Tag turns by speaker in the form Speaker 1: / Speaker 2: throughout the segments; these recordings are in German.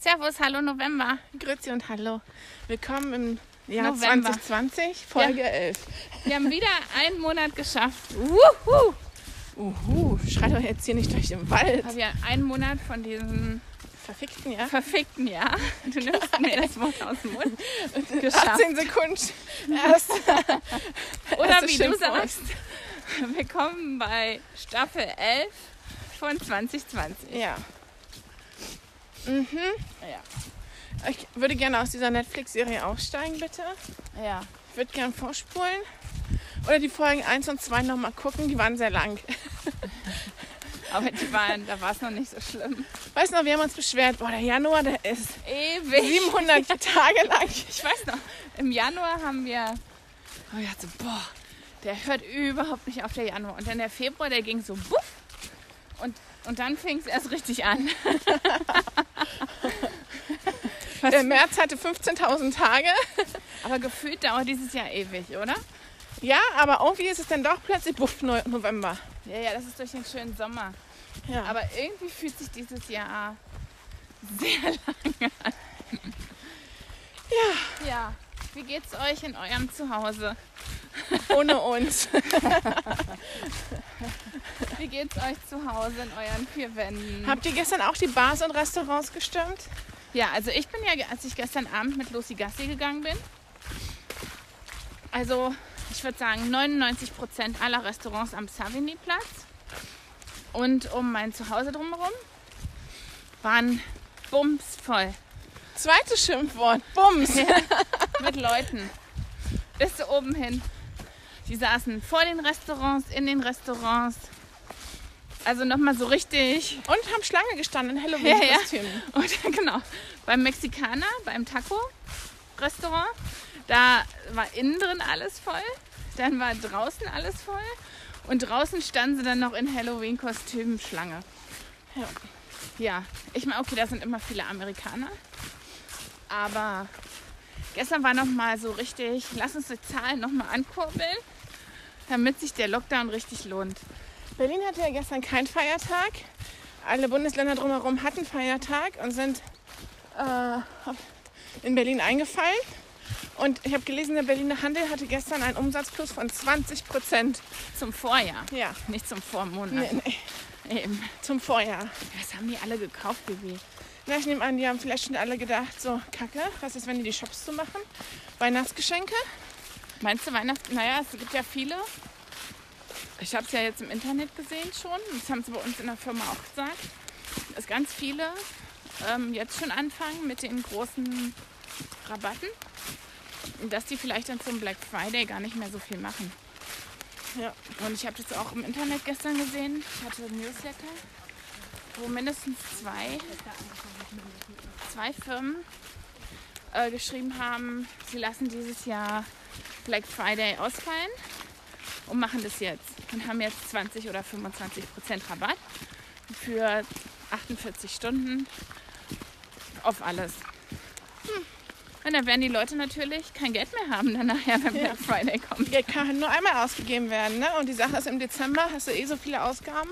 Speaker 1: Servus, hallo November.
Speaker 2: Grüezi und hallo. Willkommen im Jahr
Speaker 1: November.
Speaker 2: 2020, Folge 11.
Speaker 1: Wir haben wieder einen Monat geschafft. Wuhu!
Speaker 2: Uhu, schreit doch jetzt hier nicht durch den Wald.
Speaker 1: Haben wir einen Monat von diesem
Speaker 2: Verfickten, ja?
Speaker 1: verfickten Jahr. Du nimmst mir das Wort aus dem Mund. Geschafft.
Speaker 2: 18 Sekunden. Erst
Speaker 1: Oder
Speaker 2: erste
Speaker 1: wie du
Speaker 2: Schimpfwort.
Speaker 1: sagst, willkommen bei Staffel 11 von 2020.
Speaker 2: Ja.
Speaker 1: Ja.
Speaker 2: Ich würde gerne aus dieser Netflix-Serie aussteigen, bitte.
Speaker 1: ja.
Speaker 2: Ich würde gerne vorspulen. Oder die Folgen 1 und 2 nochmal gucken, die waren sehr lang.
Speaker 1: Aber die waren, da war es noch nicht so schlimm.
Speaker 2: Weißt du noch, wir haben uns beschwert, boah, der Januar, der ist
Speaker 1: Ewig.
Speaker 2: 700 Tage lang.
Speaker 1: Ich weiß noch, im Januar haben wir. Oh, ich dachte, so, boah, der hört überhaupt nicht auf der Januar. Und dann der Februar, der ging so buff. Und, und dann fing es erst richtig an.
Speaker 2: Der März hatte 15.000 Tage.
Speaker 1: Aber gefühlt dauert dieses Jahr ewig, oder?
Speaker 2: Ja, aber irgendwie ist es dann doch plötzlich buff Neu- November.
Speaker 1: Ja, ja, das ist durch den schönen Sommer.
Speaker 2: Ja.
Speaker 1: Aber irgendwie fühlt sich dieses Jahr sehr lange an. Ja. Ja. Wie geht's euch in eurem Zuhause?
Speaker 2: ohne uns.
Speaker 1: Wie geht's euch zu Hause in euren vier Wänden?
Speaker 2: Habt ihr gestern auch die Bars und Restaurants gestürmt?
Speaker 1: Ja, also ich bin ja, ge- als ich gestern Abend mit Lucy Gassi gegangen bin, also ich würde sagen 99 Prozent aller Restaurants am Savigny-Platz und um mein Zuhause drumherum waren bumsvoll
Speaker 2: Zweites Schimpfwort. Bums.
Speaker 1: mit Leuten bis so oben hin. Die saßen vor den Restaurants, in den Restaurants. Also nochmal so richtig
Speaker 2: Und haben Schlange gestanden in
Speaker 1: Ja, ja.
Speaker 2: Halloween-Kostümen.
Speaker 1: Und genau, beim Mexikaner, beim Taco-Restaurant, da war innen drin alles voll, dann war draußen alles voll und draußen standen sie dann noch in Halloween-Kostümen Schlange.
Speaker 2: Ja.
Speaker 1: Ja, ich meine, okay, da sind immer viele Amerikaner, aber gestern war noch mal so richtig, lass uns die Zahlen noch mal ankurbeln, damit sich der Lockdown richtig lohnt.
Speaker 2: Berlin hatte ja gestern keinen Feiertag. Alle Bundesländer drumherum hatten Feiertag und sind äh, in Berlin eingefallen. Und ich habe gelesen, der Berliner Handel hatte gestern einen Umsatzplus von 20 Prozent.
Speaker 1: Zum Vorjahr,
Speaker 2: Ja,
Speaker 1: nicht zum
Speaker 2: nee,
Speaker 1: Vormonat.
Speaker 2: nee,
Speaker 1: Eben.
Speaker 2: zum Vorjahr.
Speaker 1: Was haben die alle gekauft, Baby?
Speaker 2: Na, ich nehme an, die haben vielleicht schon alle gedacht, so, kacke, was ist, wenn die die Shops zu machen? Weihnachtsgeschenke?
Speaker 1: Meinst du Weihnachten? Naja, es gibt ja viele. Ich habe es ja jetzt im Internet gesehen schon. Das haben sie bei uns in der Firma auch gesagt. Dass ganz viele ähm, jetzt schon anfangen mit den großen Rabatten. Dass die vielleicht dann zum Black Friday gar nicht mehr so viel machen.
Speaker 2: Ja.
Speaker 1: Und ich habe das auch im Internet gestern gesehen. Ich hatte ein Newsletter, wo mindestens zwei, zwei Firmen äh, geschrieben haben, sie lassen dieses Jahr Black Friday ausfallen und machen das jetzt. Und haben jetzt 20 oder 25 Prozent Rabatt für 48 Stunden auf alles. Hm. Und dann werden die Leute natürlich kein Geld mehr haben dann nachher, wenn Black Friday kommt.
Speaker 2: Geld kann halt nur einmal ausgegeben werden, ne? Und die Sache ist im Dezember, hast du eh so viele Ausgaben.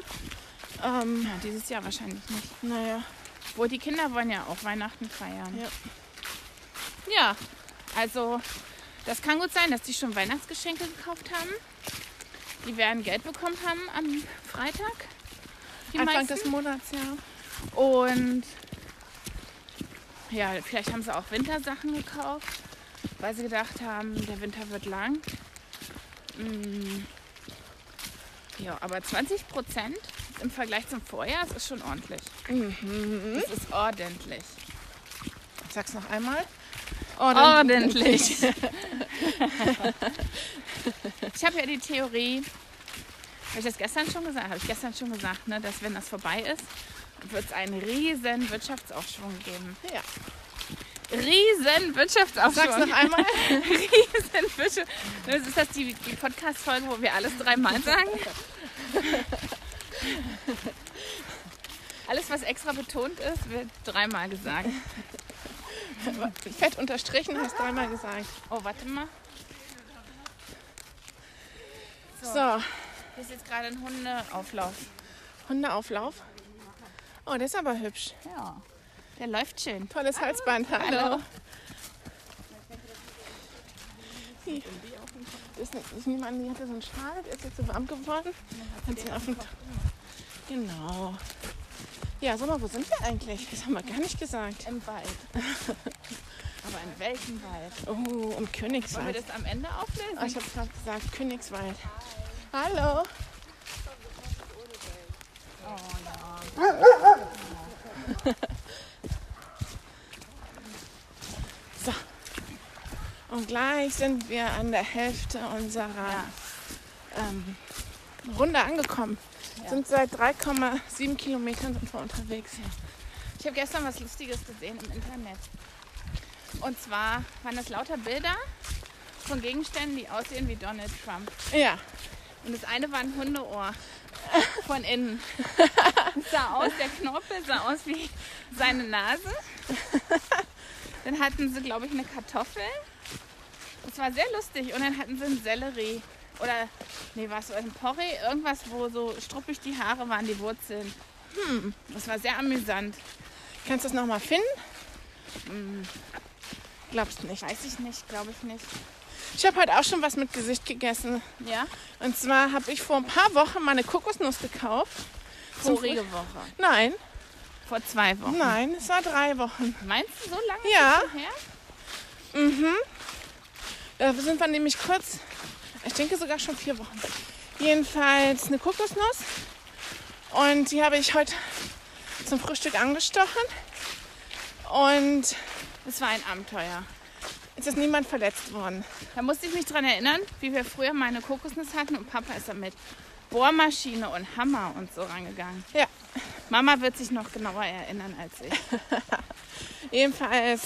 Speaker 2: Ähm,
Speaker 1: Ja, dieses Jahr wahrscheinlich nicht.
Speaker 2: naja,
Speaker 1: Wo die Kinder wollen ja auch Weihnachten feiern.
Speaker 2: Ja.
Speaker 1: Ja, also das kann gut sein, dass die schon Weihnachtsgeschenke gekauft haben. Die werden Geld bekommen haben am Freitag. Die
Speaker 2: Anfang
Speaker 1: meisten.
Speaker 2: des Monats, ja.
Speaker 1: Und ja, vielleicht haben sie auch Wintersachen gekauft, weil sie gedacht haben, der Winter wird lang. Mm. Ja, aber 20 Prozent im Vergleich zum Vorjahr, das ist schon ordentlich.
Speaker 2: Mhm.
Speaker 1: Das ist ordentlich.
Speaker 2: Ich sag's noch einmal.
Speaker 1: Ordentlich. ich habe ja die Theorie, habe ich das gestern schon gesagt, habe ich gestern schon gesagt, ne, dass wenn das vorbei ist, wird es einen riesen Wirtschaftsaufschwung geben.
Speaker 2: Ja.
Speaker 1: Riesen
Speaker 2: Sag's
Speaker 1: Wirtschaftsaufschwung.
Speaker 2: noch einmal.
Speaker 1: riesen Wirtschaft. Das ist das die, die Podcast-Folge, wo wir alles dreimal sagen. Alles, was extra betont ist, wird dreimal gesagt.
Speaker 2: Fett unterstrichen, hast dreimal gesagt.
Speaker 1: Oh, warte mal.
Speaker 2: So,
Speaker 1: Hier ist jetzt gerade ein Hundeauflauf.
Speaker 2: Hundeauflauf. Oh, der ist aber hübsch.
Speaker 1: Ja. Der läuft schön.
Speaker 2: Tolles Halsband, hallo.
Speaker 1: Hallo.
Speaker 2: Die- Das ist, ich nehme an, die hatte so einen Schal, der ist jetzt so warm geworden. Hat sie auf den genau. Ja, sag mal, wo sind wir eigentlich? Das haben wir gar nicht gesagt.
Speaker 1: Im Wald. Aber in welchem Wald?
Speaker 2: Oh, um
Speaker 1: Wollen wir
Speaker 2: Königswald.
Speaker 1: das am Ende auflösen?
Speaker 2: Ah, ich habe gerade gesagt, Königswald. Hallo. So. Und gleich sind wir an der Hälfte unserer ähm, Runde angekommen.
Speaker 1: Ja.
Speaker 2: Sind seit 3,7 Kilometern sind wir unterwegs.
Speaker 1: Ich habe gestern was Lustiges gesehen im Internet. Und zwar waren das lauter Bilder von Gegenständen, die aussehen wie Donald Trump.
Speaker 2: Ja,
Speaker 1: Und das eine war ein Hundeohr von innen. Das sah aus, der Knorpel sah aus wie seine Nase. Dann hatten sie, glaube ich, eine Kartoffel. Das war sehr lustig. Und dann hatten sie einen Sellerie. Oder, nee, was, ein Porree, irgendwas, wo so struppig die Haare waren, die Wurzeln. Hm, das war sehr amüsant.
Speaker 2: kannst du das nochmal finden? Glaubst nicht.
Speaker 1: Mm. Weiß ich nicht, glaube ich nicht.
Speaker 2: Ich habe heute auch schon was mit Gesicht gegessen.
Speaker 1: Ja?
Speaker 2: Und zwar habe ich vor ein paar Wochen mal eine Kokosnuss gekauft. Zum
Speaker 1: Vorige Woche.
Speaker 2: Nein,
Speaker 1: Vor zwei Wochen.
Speaker 2: nein, es war drei Wochen.
Speaker 1: Meinst du, so lange
Speaker 2: Ja.
Speaker 1: ist es schon her?
Speaker 2: Da sind wir nämlich kurz, ich denke sogar schon vier Wochen. Jedenfalls eine Kokosnuss. Und die habe ich heute zum Frühstück angestochen. Und
Speaker 1: Das war ein Abenteuer.
Speaker 2: es ist niemand verletzt worden.
Speaker 1: Da musste ich mich dran erinnern, wie wir früher mal eine Kokosnuss hatten und Papa ist dann mit Bohrmaschine und Hammer und so rangegangen.
Speaker 2: Ja.
Speaker 1: Mama wird sich noch genauer erinnern als ich.
Speaker 2: Jedenfalls,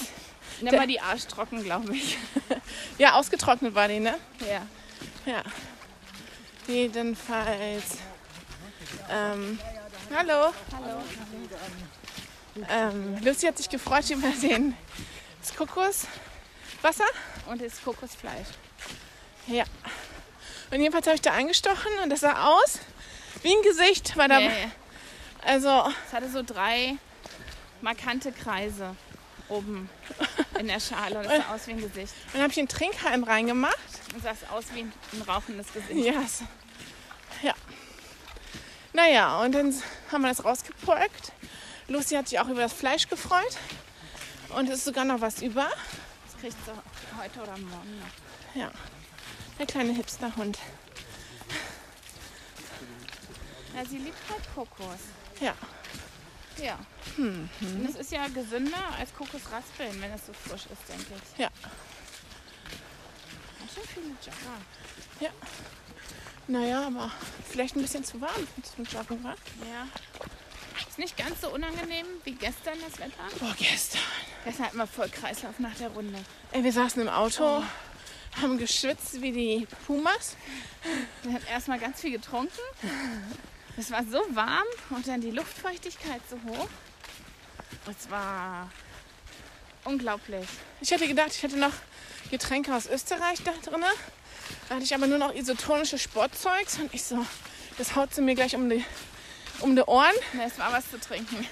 Speaker 1: Nimm mal die Arsch trocken, glaube ich.
Speaker 2: ja, ausgetrocknet war die, ne?
Speaker 1: Ja.
Speaker 2: Ja. Jedenfalls. Ähm, hallo.
Speaker 1: Hallo.
Speaker 2: Ähm, Lucy hat sich gefreut über den das Kokoswasser.
Speaker 1: Und das Kokosfleisch.
Speaker 2: Und jedenfalls habe ich da eingestochen und das sah aus wie ein Gesicht. Weil da,
Speaker 1: Nee,
Speaker 2: Also,
Speaker 1: es hatte so drei markante Kreise oben in der Schale und es sah aus wie ein Gesicht.
Speaker 2: dann habe ich den Trinkhalm reingemacht.
Speaker 1: Und sah es aus wie ein, ein rauchendes Gesicht.
Speaker 2: Yes. Ja. Naja, und dann haben wir das rausgepolkt. Lucy hat sich auch über das Fleisch gefreut. Und es ist sogar noch was über.
Speaker 1: Das kriegst du heute oder morgen noch.
Speaker 2: Der kleine Hipsterhund.
Speaker 1: Ja, sie liebt halt Kokos.
Speaker 2: Ja. Mhm.
Speaker 1: Ja. Und es ist ja gesünder als Kokosraspeln, wenn es so frisch ist, denke ich.
Speaker 2: Ja.
Speaker 1: Ganz schön viele Jogger.
Speaker 2: Naja, aber vielleicht ein bisschen zu warm zum Joggen, wa?
Speaker 1: Ja. Ist nicht ganz so unangenehm wie gestern das Wetter.
Speaker 2: Boah, gestern.
Speaker 1: Gestern hatten wir voll Kreislauf nach der Runde.
Speaker 2: Ey, wir saßen im Auto, haben geschwitzt wie die Pumas.
Speaker 1: Wir hatten erstmal ganz viel getrunken. Es war so warm und dann die Luftfeuchtigkeit so hoch. Und es war unglaublich.
Speaker 2: Ich hätte gedacht, ich hätte noch Getränke aus Österreich da drin. Da hatte ich aber nur noch isotonische Sportzeugs und ich so, das haut sie mir gleich um die, um die Ohren.
Speaker 1: Na, Es war was zu trinken.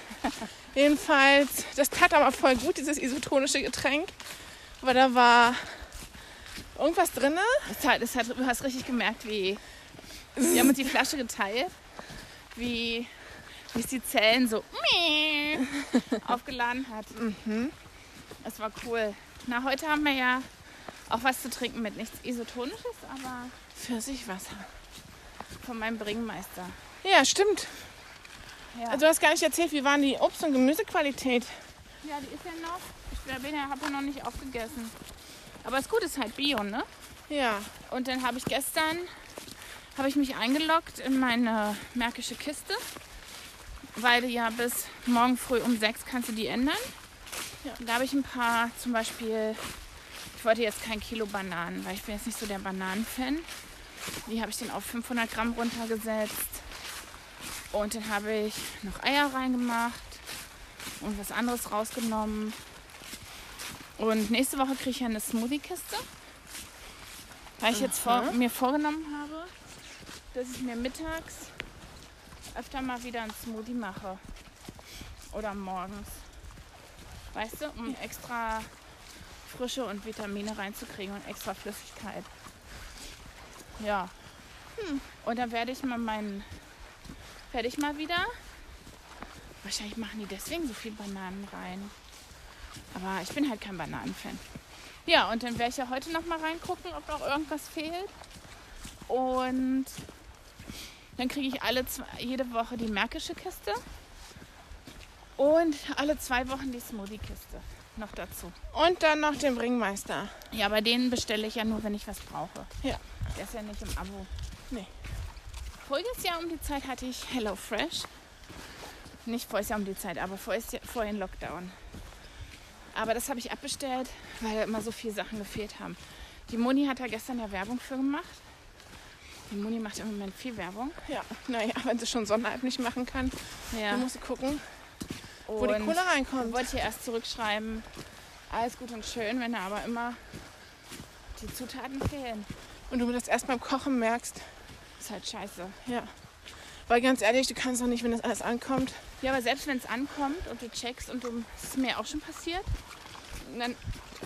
Speaker 2: Jedenfalls, das tat aber voll gut, dieses isotonische Getränk. Aber da war irgendwas drin.
Speaker 1: Es hat, es hat, du hast richtig gemerkt, wie. Wir haben uns die Flasche geteilt, wie, wie es die Zellen so meh aufgeladen hat. Es war cool. Na, heute haben wir ja auch was zu trinken mit nichts Isotonisches, aber
Speaker 2: Pfirsichwasser.
Speaker 1: von meinem Bringmeister.
Speaker 2: Ja, stimmt.
Speaker 1: Ja,
Speaker 2: Also, du hast gar nicht erzählt, wie waren die Obst- und Gemüsequalität?
Speaker 1: ja die ist ja noch. Ich bin ja, habe ja noch nicht aufgegessen. Aber das Gute ist halt Bio, ne?
Speaker 2: Ja,
Speaker 1: Und dann habe ich gestern habe ich mich eingeloggt in meine märkische Kiste, weil du ja bis morgen früh um sechs kannst du die ändern.
Speaker 2: Ja.
Speaker 1: Und Da habe ich ein paar, zum Beispiel, ich wollte jetzt kein Kilo Bananen, weil ich bin jetzt nicht so der Bananen-Fan. Die habe ich dann auf 500 Gramm runtergesetzt. Und dann habe ich noch Eier reingemacht und was anderes rausgenommen. Und nächste Woche kriege ich ja eine Smoothie-Kiste. Weil ich jetzt vor, mir vorgenommen habe, dass ich mir mittags öfter mal wieder einen Smoothie mache. Oder morgens. weißt du, um extra Frische und Vitamine reinzukriegen und extra Flüssigkeit. Ja. Hm. Und dann werde ich mal meinen fertig mal wieder. Wahrscheinlich machen die deswegen so viel Bananen rein. Aber ich bin halt kein Bananenfan. Ja, und dann werde ich ja heute noch mal reingucken, ob noch irgendwas fehlt. Und dann kriege ich alle zwei, jede Woche die märkische Kiste und alle zwei Wochen die Smoothie-Kiste noch dazu.
Speaker 2: Und dann noch den Ringmeister.
Speaker 1: Ja, bei denen bestelle ich ja nur, wenn ich was brauche.
Speaker 2: Ja.
Speaker 1: Der ist ja nicht im Abo.
Speaker 2: Nee.
Speaker 1: Voriges Jahr um die Zeit hatte ich Hello Fresh. Nicht voriges Jahr um die Zeit, aber voriges Jahr, vor den Lockdown. Aber das habe ich abbestellt, weil immer so viele Sachen gefehlt haben. Die Moni hat da gestern ja Werbung für gemacht. Die Moni macht im Moment viel Werbung.
Speaker 2: Ja, naja, wenn sie schon Sonnenalb nicht machen kann,
Speaker 1: Ja.
Speaker 2: dann muss sie gucken, wo die
Speaker 1: Und-
Speaker 2: Kohle reinkommt.
Speaker 1: wollte hier erst zurückschreiben, alles gut und schön, wenn da aber immer die Zutaten fehlen.
Speaker 2: Und du mir das erst beim Kochen merkst.
Speaker 1: Ist halt scheiße.
Speaker 2: Ja. Weil ganz ehrlich, du kannst doch nicht, wenn das alles ankommt.
Speaker 1: Ja, aber selbst wenn es ankommt und du checkst und du, das ist mir auch schon passiert, und dann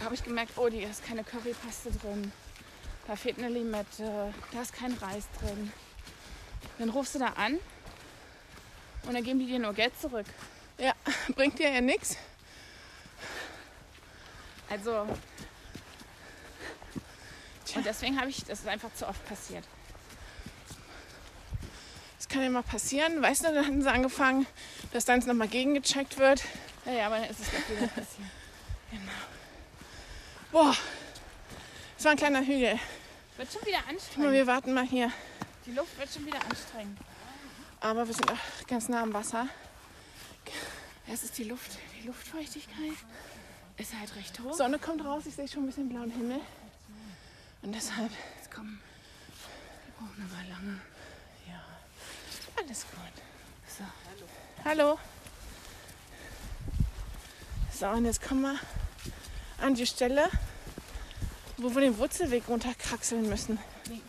Speaker 1: habe ich gemerkt, oh, hier ist keine Currypaste drin, da fehlt eine Limette, da ist kein Reis drin. Dann rufst du da an und dann geben die dir nur Geld zurück.
Speaker 2: Ja, bringt dir ja nichts.
Speaker 1: Also,
Speaker 2: Tja.
Speaker 1: und deswegen habe ich, das ist einfach zu oft passiert.
Speaker 2: Das kann ja mal passieren. Weißt du, dann hatten sie angefangen, dass dann nochmal gegengecheckt wird.
Speaker 1: Naja, aber dann ist es doch wieder passiert.
Speaker 2: Boah, das war ein kleiner Hügel.
Speaker 1: Wird schon wieder
Speaker 2: Guck mal,
Speaker 1: anstrengend.
Speaker 2: wir warten mal hier.
Speaker 1: Die Luft wird schon wieder anstrengend.
Speaker 2: Aber wir sind auch ganz nah am Wasser.
Speaker 1: Es ist die Luft, die Luftfeuchtigkeit ist halt recht hoch.
Speaker 2: Sonne kommt raus, ich sehe schon ein bisschen blauen Himmel. Und deshalb
Speaker 1: Jetzt kommen. Wir brauchen aber lange.
Speaker 2: alles gut.
Speaker 1: So.
Speaker 2: Hallo. So, und jetzt kommen wir an die Stelle, wo wir den Wurzelweg runterkraxeln müssen.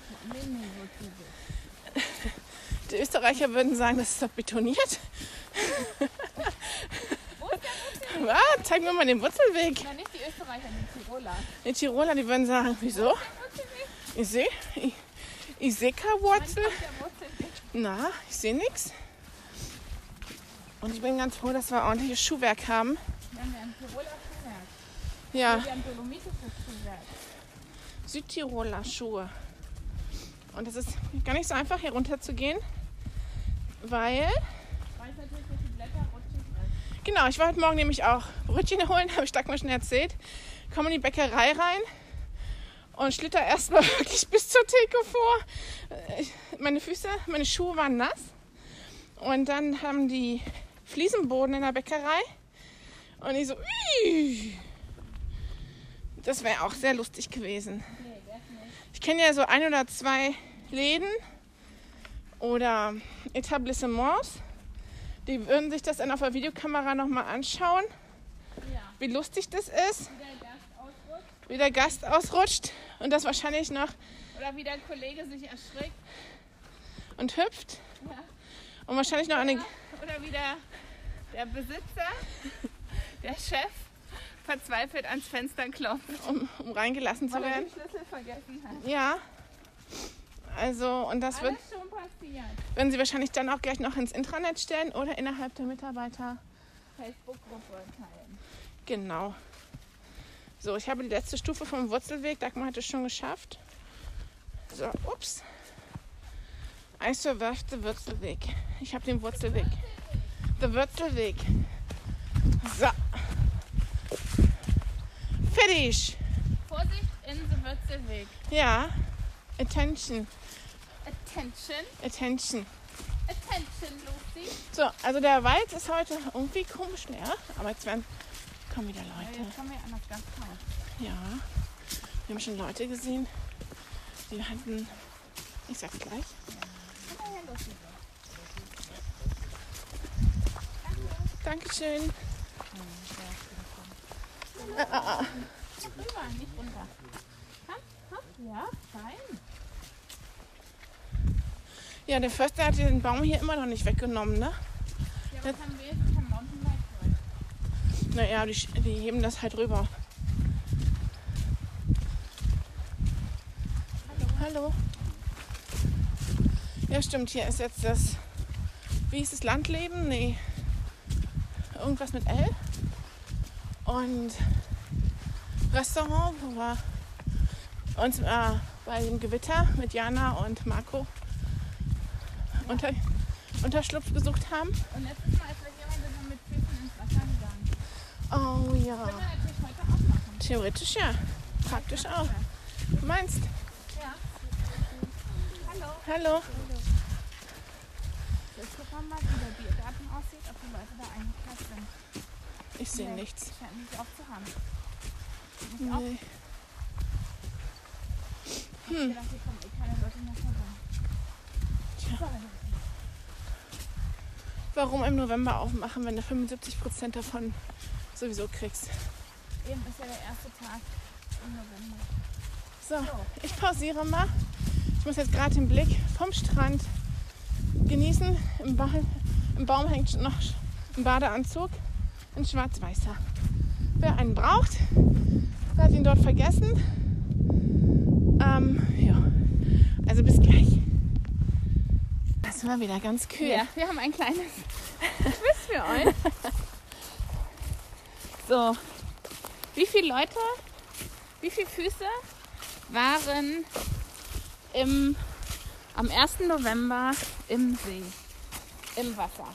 Speaker 2: Die Österreicher würden sagen, das ist doch betoniert. ah, zeig mir mal den Wurzelweg.
Speaker 1: Na, nicht die Österreicher, die Tiroler.
Speaker 2: Die Tiroler, die würden sagen, wieso? Ich sehe ich, ich seh keine Wurzel. Na, ich sehe nichts. Und ich bin ganz froh, dass wir ordentliches Schuhwerk haben.
Speaker 1: Wir haben ja einen Tiroler Schuhwerk.
Speaker 2: Ja,
Speaker 1: Wir haben Dolomitisches Schuhwerk.
Speaker 2: Südtiroler Schuhe. Und es ist gar nicht so einfach, hier runter zu gehen, weil
Speaker 1: Weil es natürlich durch die Blätter rutschig ist.
Speaker 2: Genau, ich war heute Morgen nämlich auch Brötchen holen, habe ich Dagmar schon erzählt. Komme in die Bäckerei rein und schlitter erstmal wirklich bis zur Theke vor. Äh, ich- Meine Füße, meine Schuhe waren nass. Und dann haben die Fliesenboden in der Bäckerei. Und ich so, "Ui." das wäre auch sehr lustig gewesen. Ich kenne ja so ein oder zwei Läden oder Etablissements. Die würden sich das dann auf der Videokamera nochmal anschauen,
Speaker 1: Ja.
Speaker 2: wie lustig das ist,
Speaker 1: Wie der Gast ausrutscht.
Speaker 2: wie der Gast ausrutscht und das wahrscheinlich noch
Speaker 1: Oder wie der Kollege sich erschrickt.
Speaker 2: und hüpft.
Speaker 1: Ja.
Speaker 2: Und wahrscheinlich noch eine.
Speaker 1: Oder wie der, der Besitzer, der Chef, verzweifelt ans Fenster klopft.
Speaker 2: Um, um reingelassen zu
Speaker 1: Weil er
Speaker 2: werden.
Speaker 1: den Schlüssel vergessen hat.
Speaker 2: Ja. Also, und das wird,
Speaker 1: Alles schon passiert.
Speaker 2: werden sie wahrscheinlich dann auch gleich noch ins Intranet stellen oder innerhalb der Mitarbeiter.
Speaker 1: Facebook-Gruppe teilen.
Speaker 2: Genau. So, ich habe die letzte Stufe vom Wurzelweg. Dagmar hat es schon geschafft. So, ups. I survived the Wurzelweg. Ich habe den Wurzelweg. The Wurzelweg. So. Fertig.
Speaker 1: Vorsicht in the Würzelweg.
Speaker 2: Ja. Attention.
Speaker 1: Attention,
Speaker 2: Attention.
Speaker 1: attention, Lucy.
Speaker 2: So, also der Wald ist heute irgendwie komisch leer. Aber jetzt werden, kommen wieder Leute.
Speaker 1: Jetzt kommen wir an das Gasthaus.
Speaker 2: Ja, wir haben schon Leute gesehen, die hatten, ich sag's gleich,
Speaker 1: Komm mal her, Lucy.
Speaker 2: Dankeschön.
Speaker 1: Rüber, nicht runter. Komm, komm. Ja, fein.
Speaker 2: Ja, der Förster hat den Baum hier immer noch nicht weggenommen, ne?
Speaker 1: Ja, was haben wir jetzt? Ich habe Mountainbike heute.
Speaker 2: Naja, die, sch- die heben das halt rüber. Hallo. Ja, stimmt, hier ist jetzt das. Wie hieß das Landleben? Nee. Irgendwas mit L. Und Restaurant, wo wir uns äh, bei dem Gewitter mit Jana und Marco unter, Unterschlupf gesucht haben.
Speaker 1: Und letztes Mal, als wir hier waren, sind wir mit Pfiffen ins Wasser gegangen.
Speaker 2: Oh ja.
Speaker 1: Können wir natürlich heute auch machen.
Speaker 2: Theoretisch ja. Praktisch auch. Du meinst?
Speaker 1: Ja. Hallo.
Speaker 2: Hallo.
Speaker 1: Jetzt gucken wir mal, wie der Biergarten aussieht, ob die Leute da eingekehrt sind.
Speaker 2: Ich sehe
Speaker 1: Nee.
Speaker 2: nichts. Hm.
Speaker 1: Scheint nicht aufzuhaben. Nicht nee. auf.
Speaker 2: Nee.
Speaker 1: Ich hab gedacht, hier kommen eh keine Leute mehr vorbei.
Speaker 2: Tja.
Speaker 1: Sorry.
Speaker 2: Warum im November aufmachen, wenn du 75% davon sowieso kriegst?
Speaker 1: Eben ist ja der erste Tag im November.
Speaker 2: So, ich pausiere mal. Ich muss jetzt gerade den Blick vom Strand genießen. Im, ba im Baum hängt noch ein Badeanzug in schwarz-weißer. Wer einen braucht, der hat ihn dort vergessen. Ähm, ja. Also bis gleich. Das war wieder ganz kühl.
Speaker 1: Ja, wir haben ein kleines Quiz für euch. So, wie viele Leute, wie viele Füße waren im, am 1. November im See, im Wasser?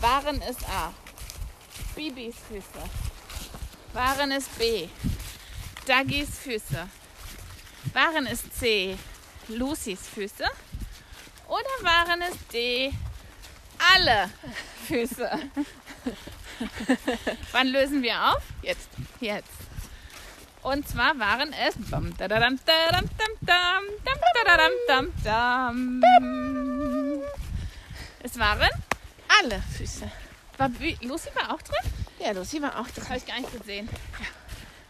Speaker 1: Waren es A, Bibis Füße? Waren es B, Dagis Füße? Waren es C, Lucys Füße? Oder waren es D, alle Füße? Wann lösen wir auf?
Speaker 2: Jetzt.
Speaker 1: Jetzt. Und zwar waren es. Bam, dadadam, dadadam, dam, dam, dadadam, dam, dam. Es waren.
Speaker 2: Alle Füße.
Speaker 1: War Bü Lucy war auch drin?
Speaker 2: Ja, Lucy war auch
Speaker 1: Das
Speaker 2: dran.
Speaker 1: habe ich gar nicht gesehen.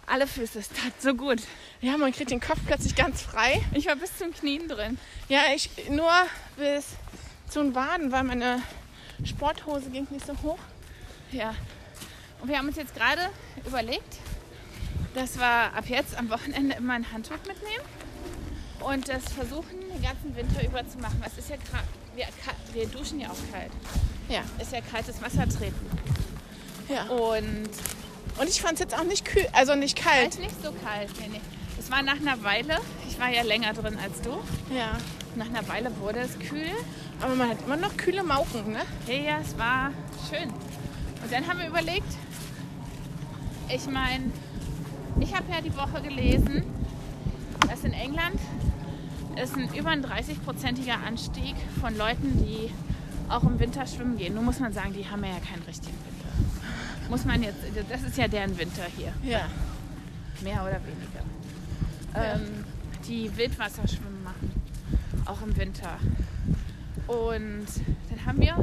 Speaker 1: Alle Füße, es tat so gut.
Speaker 2: Ja, man kriegt den Kopf plötzlich ganz frei.
Speaker 1: Ich war bis zum Knien drin.
Speaker 2: Ja, ich nur bis zum Waden, weil meine Sporthose ging nicht so hoch.
Speaker 1: Ja. Und wir haben uns jetzt gerade überlegt, dass wir ab jetzt am Wochenende immer ein Handtuch mitnehmen und das versuchen, den ganzen Winter über zu machen. Es ist ja kra- wir, ka- wir duschen ja auch kalt.
Speaker 2: Ja.
Speaker 1: Ist ja kaltes Wasser treten.
Speaker 2: Ja.
Speaker 1: Und
Speaker 2: Und ich fand es jetzt auch nicht kühl, also nicht
Speaker 1: es
Speaker 2: kalt.
Speaker 1: ist nicht so kalt. Nee, nee. Es war nach einer Weile, ich war ja länger drin als du,
Speaker 2: Ja.
Speaker 1: nach einer Weile wurde es kühl.
Speaker 2: Aber man hat immer noch kühle Mauken, ne?
Speaker 1: Hey, ja, es war schön. Und dann haben wir überlegt, ich meine, ich habe ja die Woche gelesen, dass in England ist ein über ein 30-prozentiger Anstieg von Leuten, die auch im Winter schwimmen gehen. Nur muss man sagen, die haben ja keinen richtigen Winter. Muss man jetzt, das ist ja deren Winter hier,
Speaker 2: Ja.
Speaker 1: mehr oder weniger.
Speaker 2: Ja.
Speaker 1: Ähm, die Wildwasserschwimmen machen, auch im Winter. Und dann haben wir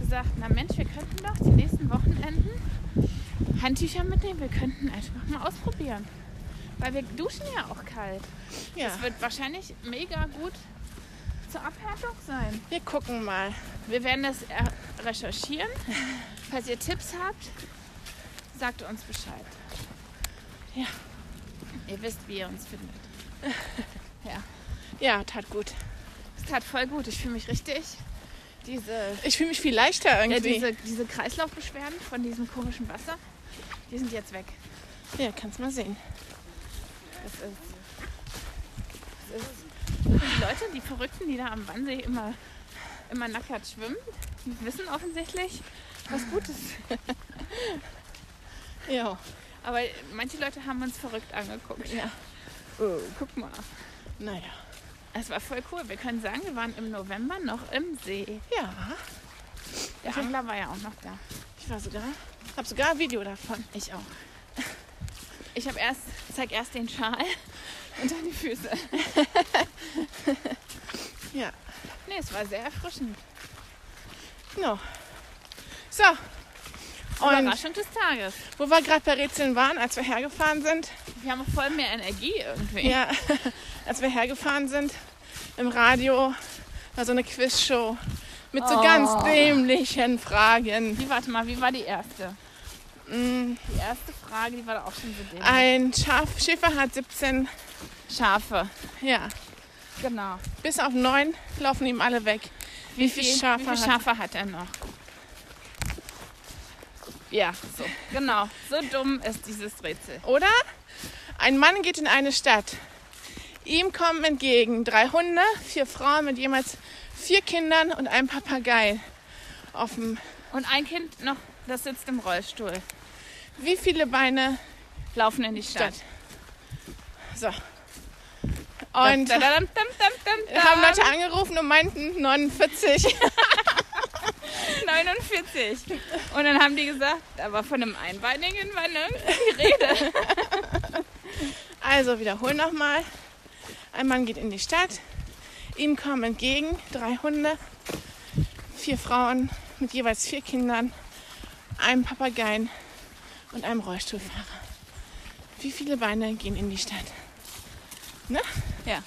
Speaker 1: gesagt, na Mensch, wir könnten doch die nächsten Wochenenden Handtücher mitnehmen. Wir könnten einfach mal ausprobieren. Weil wir duschen ja auch kalt.
Speaker 2: Ja.
Speaker 1: Das wird wahrscheinlich mega gut zur Abhärtung sein.
Speaker 2: Wir gucken mal.
Speaker 1: Wir werden das äh, recherchieren. Falls ihr Tipps habt, sagt uns Bescheid.
Speaker 2: Ja.
Speaker 1: Ihr wisst, wie ihr uns findet. Ja,
Speaker 2: Ja, tat gut.
Speaker 1: es tat voll gut. Ich fühle mich richtig. Diese,
Speaker 2: Ich fühle mich viel leichter
Speaker 1: ja,
Speaker 2: irgendwie.
Speaker 1: diese, diese Kreislaufbeschwerden von diesem komischen Wasser, die sind jetzt weg.
Speaker 2: ja kannst mal sehen.
Speaker 1: Das ist, das ist das sind die Leute, die Verrückten, die da am Wannsee immer, immer nackert schwimmen, die wissen offensichtlich was Gutes.
Speaker 2: Ja.
Speaker 1: Aber manche Leute haben uns verrückt angeguckt.
Speaker 2: Ja.
Speaker 1: Oh, guck mal.
Speaker 2: Naja.
Speaker 1: Es war voll cool. Wir können sagen, wir waren im November noch im See.
Speaker 2: Ja.
Speaker 1: Der
Speaker 2: Okay.
Speaker 1: Angler war ja auch noch da.
Speaker 2: Ich war sogar, habe sogar ein Video davon.
Speaker 1: Ich auch. Ich habe erst, zeig erst den Schal und dann die Füße.
Speaker 2: Ja.
Speaker 1: Nee, es war sehr erfrischend.
Speaker 2: No. So. Und
Speaker 1: Überraschung des Tages.
Speaker 2: wo wir gerade bei Rätseln waren, als wir hergefahren sind,
Speaker 1: Wir haben voll mehr Energie irgendwie.
Speaker 2: Ja, als wir hergefahren sind, im Radio war so eine Quizshow mit so
Speaker 1: Oh.
Speaker 2: ganz dämlichen Fragen. Hm.
Speaker 1: Wie, warte mal, wie war die erste? Die erste Frage, die war da auch schon so dämlich.
Speaker 2: Ein Schaf, Schäfer hat 17,
Speaker 1: Schafe.
Speaker 2: ja,
Speaker 1: Genau.
Speaker 2: bis auf 9 laufen ihm alle weg. Wie viele
Speaker 1: viel-
Speaker 2: Schafe
Speaker 1: wie viel
Speaker 2: hat-
Speaker 1: Schafe hat er noch? Ja, so. Genau. So dumm ist dieses Rätsel.
Speaker 2: Oder? Ein Mann geht in eine Stadt. Ihm kommen entgegen drei Hunde, vier Frauen mit jeweils vier Kindern und einem Papagei. Auf dem
Speaker 1: Und ein Kind noch, das sitzt im Rollstuhl.
Speaker 2: wie viele Beine
Speaker 1: Laufen in die Stadt.
Speaker 2: Stadt? So.
Speaker 1: Und
Speaker 2: Und
Speaker 1: da, da, dam, dam, dam, dam,
Speaker 2: haben Leute angerufen und meinten 49.
Speaker 1: 49. Und dann haben die gesagt, aber von einem Einbeinigen war nirgends die Rede.
Speaker 2: Also wiederhol nochmal. Ein Mann geht in die Stadt. Ihm kommen entgegen drei Hunde, vier Frauen mit jeweils vier Kindern, einem Papageien und einem Rollstuhlfahrer. Wie viele Beine gehen in die Stadt? Ne?
Speaker 1: Ja.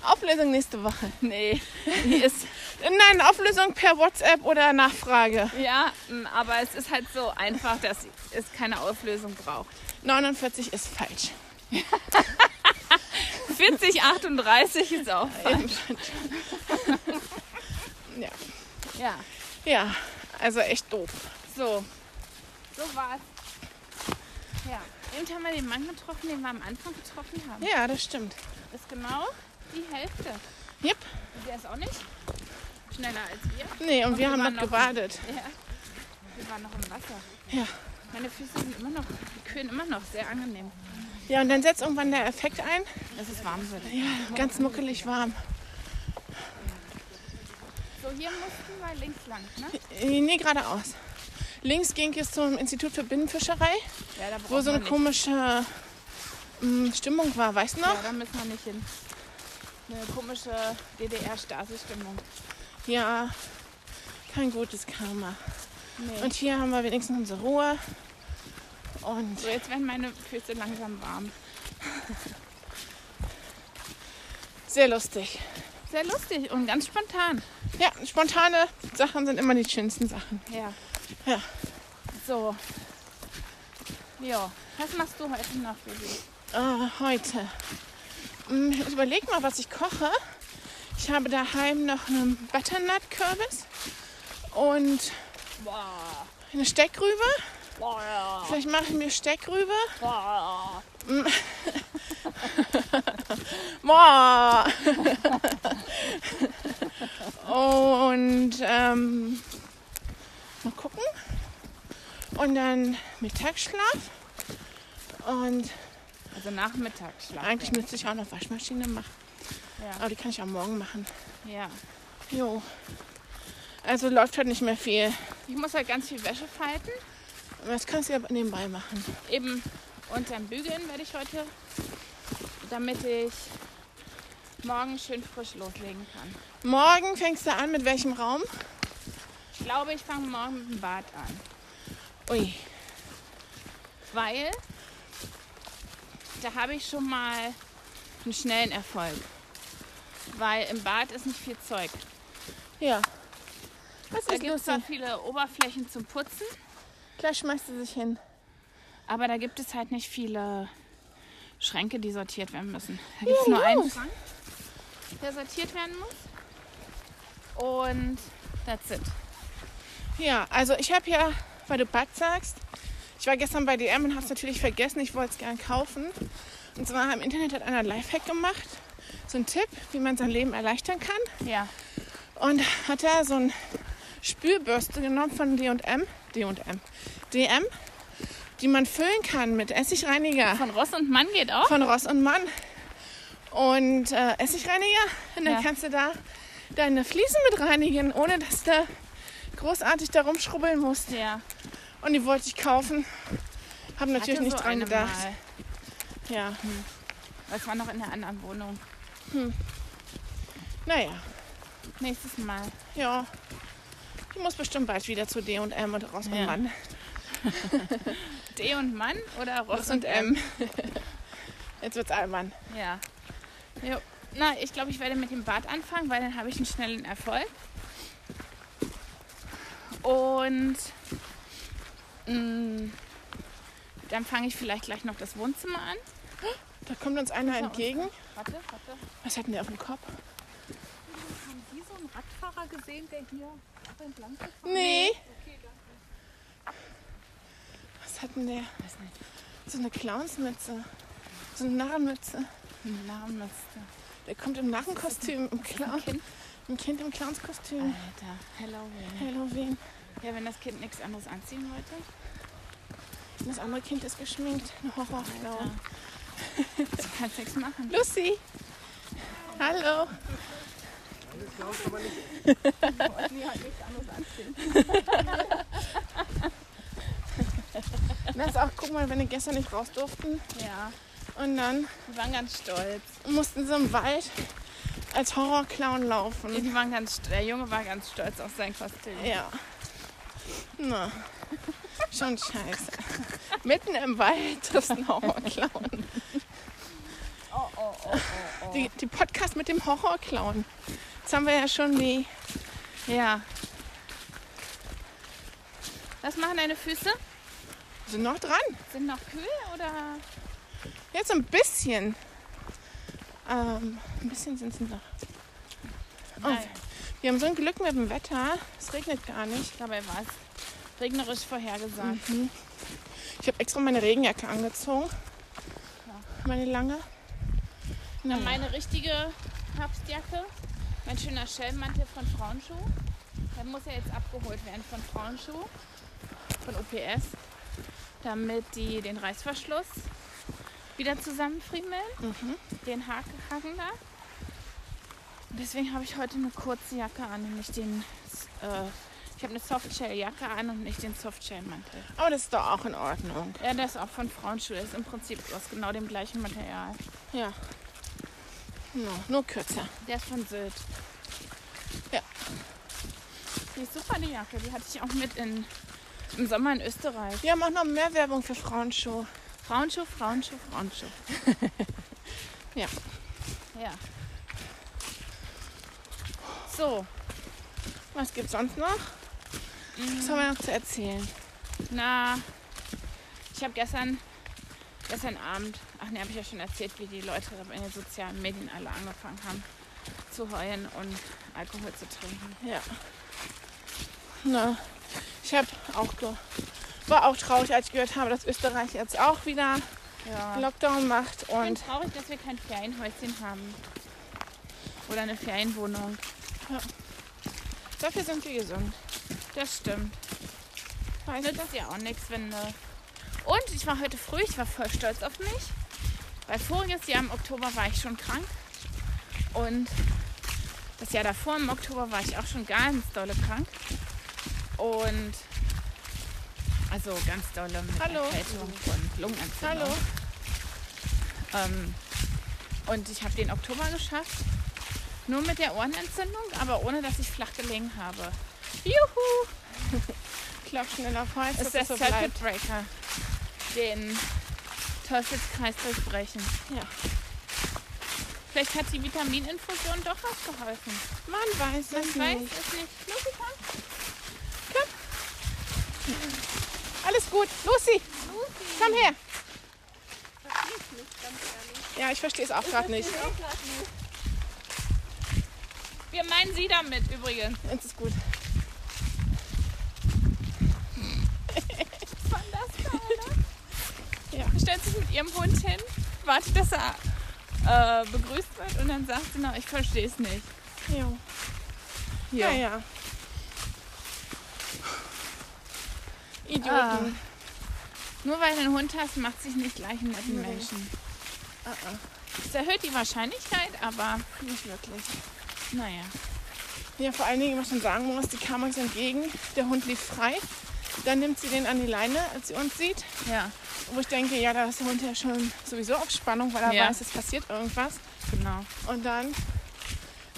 Speaker 2: Auflösung nächste Woche.
Speaker 1: Nee, die ist,
Speaker 2: Nein, Auflösung per WhatsApp oder Nachfrage.
Speaker 1: ja, m, aber es ist halt so einfach, dass es keine Auflösung braucht.
Speaker 2: 49 ist falsch.
Speaker 1: 40, 38 ist auch.
Speaker 2: ja.
Speaker 1: Ja,
Speaker 2: ja, also echt doof.
Speaker 1: so. So war's. Ja. Eben haben wir den Mann getroffen, den wir am Anfang getroffen haben.
Speaker 2: Ja, das stimmt.
Speaker 1: Das ist genau die Hälfte.
Speaker 2: Yep.
Speaker 1: Und der ist auch nicht schneller als wir.
Speaker 2: Nee, und,
Speaker 1: Und
Speaker 2: wir
Speaker 1: wir
Speaker 2: haben
Speaker 1: waren
Speaker 2: noch
Speaker 1: noch-
Speaker 2: gebadet.
Speaker 1: Ja. Wir waren noch im Wasser.
Speaker 2: Ja.
Speaker 1: Meine Füße sind immer noch, die kühlen immer noch sehr angenehm.
Speaker 2: Ja, und dann setzt irgendwann der Effekt ein.
Speaker 1: Es ist warm wird.
Speaker 2: Ganz muckelig warm.
Speaker 1: So, hier mussten wir links lang, ne?
Speaker 2: Äh, Nee, geradeaus. Links ging es zum Institut für Binnenfischerei,
Speaker 1: Ja, da brauchen
Speaker 2: wo so eine
Speaker 1: wir nicht.
Speaker 2: komische ähm, Stimmung war, weißt du noch?
Speaker 1: Ja, da müssen wir nicht hin. Eine komische DDR-Stasi-Stimmung.
Speaker 2: Ja, kein gutes Karma.
Speaker 1: Nee.
Speaker 2: Und hier haben wir wenigstens unsere Ruhe. Und
Speaker 1: so, jetzt werden meine Füße langsam warm.
Speaker 2: sehr lustig.
Speaker 1: Sehr lustig und ganz spontan.
Speaker 2: Ja, spontane Sachen sind immer die schönsten Sachen.
Speaker 1: Ja.
Speaker 2: Ja.
Speaker 1: So. Jo. Was machst du heute noch, Baby?
Speaker 2: Äh, heute. Mm, Ich überlege mal, was ich koche. Ich habe daheim noch einen Butternut-Kürbis und
Speaker 1: Boah.
Speaker 2: eine Steckrübe.
Speaker 1: Boah.
Speaker 2: Vielleicht mache ich mir Steckrübe.
Speaker 1: Boah.
Speaker 2: Boah. Und ähm, mal gucken. Und dann Mittagsschlaf. Und
Speaker 1: Also Nachmittagsschlaf.
Speaker 2: eigentlich müsste ich auch noch Waschmaschine machen.
Speaker 1: Ja.
Speaker 2: Aber die kann ich auch morgen machen.
Speaker 1: ja.
Speaker 2: Jo. Also läuft heute nicht mehr viel.
Speaker 1: Ich muss halt ganz viel Wäsche falten.
Speaker 2: Das kannst du ja nebenbei machen.
Speaker 1: Eben und dann bügeln werde ich heute, damit ich morgen schön frisch loslegen kann.
Speaker 2: Morgen fängst du an mit welchem Raum?
Speaker 1: Ich glaube, ich fange morgen mit dem Bad an,
Speaker 2: Ui.
Speaker 1: weil da habe ich schon mal einen schnellen Erfolg. Weil im Bad ist nicht viel Zeug.
Speaker 2: Ja. Was
Speaker 1: Da
Speaker 2: ist
Speaker 1: gibt es
Speaker 2: los?
Speaker 1: zwar viele Oberflächen zum Putzen,
Speaker 2: Gleich schmeißt du sich hin.
Speaker 1: aber da gibt es halt nicht viele Schränke, die sortiert werden müssen. Da gibt es nur einen Schrank, der sortiert werden muss. Und that's it.
Speaker 2: Ja, also ich habe ja, weil du Bad sagst, ich war gestern bei DM und habe es natürlich vergessen. Ich wollte es gern kaufen. Und zwar im Internet hat einer Lifehack gemacht. So ein Tipp, wie man sein Leben erleichtern kann.
Speaker 1: Ja.
Speaker 2: Und hat er so eine Spülbürste genommen von D&M. D&M. DM. Die man füllen kann mit Essigreiniger.
Speaker 1: Von Ross und Mann geht auch.
Speaker 2: von Ross und Mann und äh, Essigreiniger. Und dann
Speaker 1: Ja.
Speaker 2: kannst du da deine Fliesen mit reinigen, ohne dass du großartig da rumschrubbeln musst.
Speaker 1: Ja.
Speaker 2: Und die wollte ich kaufen. Habe natürlich
Speaker 1: Hatte
Speaker 2: nicht
Speaker 1: so
Speaker 2: dran
Speaker 1: eine
Speaker 2: gedacht.
Speaker 1: Mal.
Speaker 2: Ja,
Speaker 1: Das war noch in der anderen Wohnung.
Speaker 2: naja.
Speaker 1: Nächstes Mal.
Speaker 2: Ja. Ich muss bestimmt bald wieder zu D&M und Ross
Speaker 1: Ja.
Speaker 2: und Mann.
Speaker 1: D und Mann oder Ross,
Speaker 2: Ross und M. Jetzt wird's albern.
Speaker 1: Ja. Jo. Na, ich glaube, ich werde mit dem Bad anfangen, weil dann habe ich einen schnellen Erfolg. Und Mm, Dann fange ich vielleicht gleich noch das Wohnzimmer an.
Speaker 2: Da kommt uns einer entgegen.
Speaker 1: Warte, warte.
Speaker 2: Was hat denn der auf dem Kopf?
Speaker 3: Haben Sie so einen Radfahrer gesehen, der hier entlang gefahren
Speaker 2: Nee. Was hat denn der?
Speaker 1: Weiß nicht.
Speaker 2: So eine Clownsmütze. So eine Narrenmütze.
Speaker 1: Ein Lahmmütze.
Speaker 2: Der kommt im Narrenkostüm, im Clown.
Speaker 1: Kind? Ah.
Speaker 2: Ein Kind im Clownskostüm.
Speaker 1: Alter, Halloween.
Speaker 2: Halloween.
Speaker 1: Ja, wenn das Kind nichts anderes anziehen wollte.
Speaker 2: Das andere Kind ist geschminkt. Ein Horrorclown.
Speaker 1: Du kannst nichts machen.
Speaker 2: Lucy! Hallo! Das ist auch, guck mal, wenn wir gestern nicht raus durften
Speaker 1: Ja,
Speaker 2: und dann
Speaker 1: die waren ganz stolz.
Speaker 2: mussten sie im Wald als Horrorclown laufen.
Speaker 1: Die waren ganz, der Junge war ganz stolz auf sein Kostüm.
Speaker 2: Ja. Na, schon scheiße. Mitten im Wald triffst einen Horrorclown.
Speaker 3: Oh, oh, oh, oh, oh.
Speaker 2: Die, die Podcast mit dem Horrorclown. Jetzt haben wir ja schon die.
Speaker 1: Ja. Was machen deine Füße?
Speaker 2: Sind noch dran.
Speaker 1: Sind noch kühl oder?
Speaker 2: Jetzt ein bisschen. Ähm, ein bisschen sind sie noch. Oh,
Speaker 1: Nein.
Speaker 2: wir haben so ein Glück mit dem Wetter. Es regnet gar nicht.
Speaker 1: Dabei war es regnerisch vorhergesagt.
Speaker 2: Ich habe extra meine Regenjacke angezogen.
Speaker 1: Ja.
Speaker 2: Meine lange. Na,
Speaker 1: Dann meine richtige Herbstjacke, mein schöner Schellmantel von Frauenschuh. Dann muss er jetzt abgeholt werden von Frauenschuh, von OPS, damit die den Reißverschluss wieder zusammenfriemeln, den Haken, Haken da. Und Deswegen habe ich heute eine kurze Jacke an und nicht den, äh, ich habe eine Softshell-Jacke an und nicht den Softshell-Mantel.
Speaker 2: Aber oh, das ist doch auch in Ordnung.
Speaker 1: Ja, das ist auch von Frauenschuh, das ist im Prinzip aus genau dem gleichen Material.
Speaker 2: Ja. No, nur kürzer.
Speaker 1: Der ist von Sylt.
Speaker 2: Ja.
Speaker 1: Die ist super, die Jacke. Die hatte ich auch mit in, im Sommer in Österreich.
Speaker 2: Wir haben auch noch mehr Werbung für Frauenshow.
Speaker 1: Frauenschuh, Frauenschuh, Frauenschuh.
Speaker 2: Ja.
Speaker 1: Ja. So,
Speaker 2: Was gibt's sonst noch? Was haben wir noch zu erzählen?
Speaker 1: na, ich habe gestern, gestern Abend, ach ne, habe ich ja schon erzählt, wie die Leute in den sozialen Medien alle angefangen haben zu heulen und Alkohol zu trinken.
Speaker 2: Ja. Na, ich habe auch ge war auch traurig, als ich gehört habe, dass Österreich jetzt auch wieder
Speaker 1: Ja.
Speaker 2: Lockdown macht
Speaker 1: Ich bin
Speaker 2: und
Speaker 1: traurig, dass wir kein Ferienhäuschen haben. Oder eine Ferienwohnung.
Speaker 2: dafür sind wir gesund.
Speaker 1: Das stimmt.
Speaker 2: Weißt du?
Speaker 1: Nützt ja auch nichts, wenn du. Und ich war heute früh, ich war voll stolz auf mich. Weil voriges Jahr im Oktober war ich schon krank. Und das Jahr davor im Oktober war ich auch schon ganz dolle krank. Und. Also ganz dolle mit
Speaker 2: Hallo.
Speaker 1: Erkältung und Lungenentzündung.
Speaker 2: Hallo.
Speaker 1: Ähm, und ich habe den Oktober geschafft. Nur mit der Ohrenentzündung, aber ohne dass ich flach gelegen habe. Juhu!
Speaker 2: Klopf schnell auf Holz,
Speaker 1: ist
Speaker 2: dass
Speaker 1: der
Speaker 2: es so
Speaker 1: Circuit
Speaker 2: bleibt.
Speaker 1: Breaker. Den Teufelskreis durchbrechen.
Speaker 2: Ja.
Speaker 1: Vielleicht hat die Vitamininfusion doch was geholfen.
Speaker 2: Man weiß es
Speaker 1: Weiß
Speaker 2: nicht.
Speaker 1: es nicht. Lucy, komm.
Speaker 2: Alles gut. Lucy,
Speaker 3: Lucy,
Speaker 2: komm her.
Speaker 3: verstehst nicht, ganz ehrlich.
Speaker 2: Ja, ich verstehe es auch gerade nicht.
Speaker 3: Ich auch grad nicht.
Speaker 1: Wir meinen sie damit übrigens.
Speaker 2: Jetzt ist gut.
Speaker 1: Von das da, oder?
Speaker 2: Ja.
Speaker 1: Stellt sich mit ihrem Hund hin, wartet, dass er äh, begrüßt wird und dann sagt sie noch, ich verstehe es nicht.
Speaker 2: Ja. Ja, ja. Idioten.
Speaker 1: Ah. Nur weil du einen Hund hast, macht sich nicht gleich einen netten Menschen.
Speaker 2: Ah, ah.
Speaker 1: Das erhöht die Wahrscheinlichkeit, aber
Speaker 2: Nicht wirklich.
Speaker 1: naja.
Speaker 2: Ja, vor allen Dingen, was man sagen muss, die kam uns entgegen. Der Hund lief frei. Dann nimmt sie den an die Leine, als sie uns sieht.
Speaker 1: Ja,
Speaker 2: Wo ich denke, ja, da ist der Hund ja schon sowieso auf Spannung, weil er
Speaker 1: Ja.
Speaker 2: weiß, es passiert irgendwas.
Speaker 1: genau.
Speaker 2: Und dann,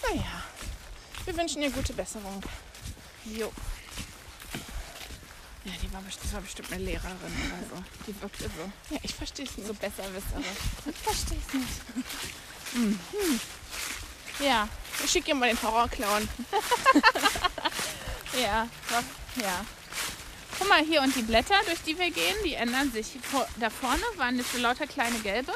Speaker 2: naja, wir wünschen ihr gute Besserung.
Speaker 1: Jo. Ja, die war bestimmt, das war bestimmt eine Lehrerin oder so. Die wirkte so,
Speaker 2: Ja, ich verstehe es nicht.
Speaker 1: so besserwissere.
Speaker 2: Ich verstehe es nicht.
Speaker 1: Hm. Ja,
Speaker 2: Ich schicke ihr mal den Horrorclown.
Speaker 1: ja, war, ja. Guck mal hier und die Blätter, durch die wir gehen, die ändern sich. Vor- Da vorne waren jetzt so lauter kleine gelbe.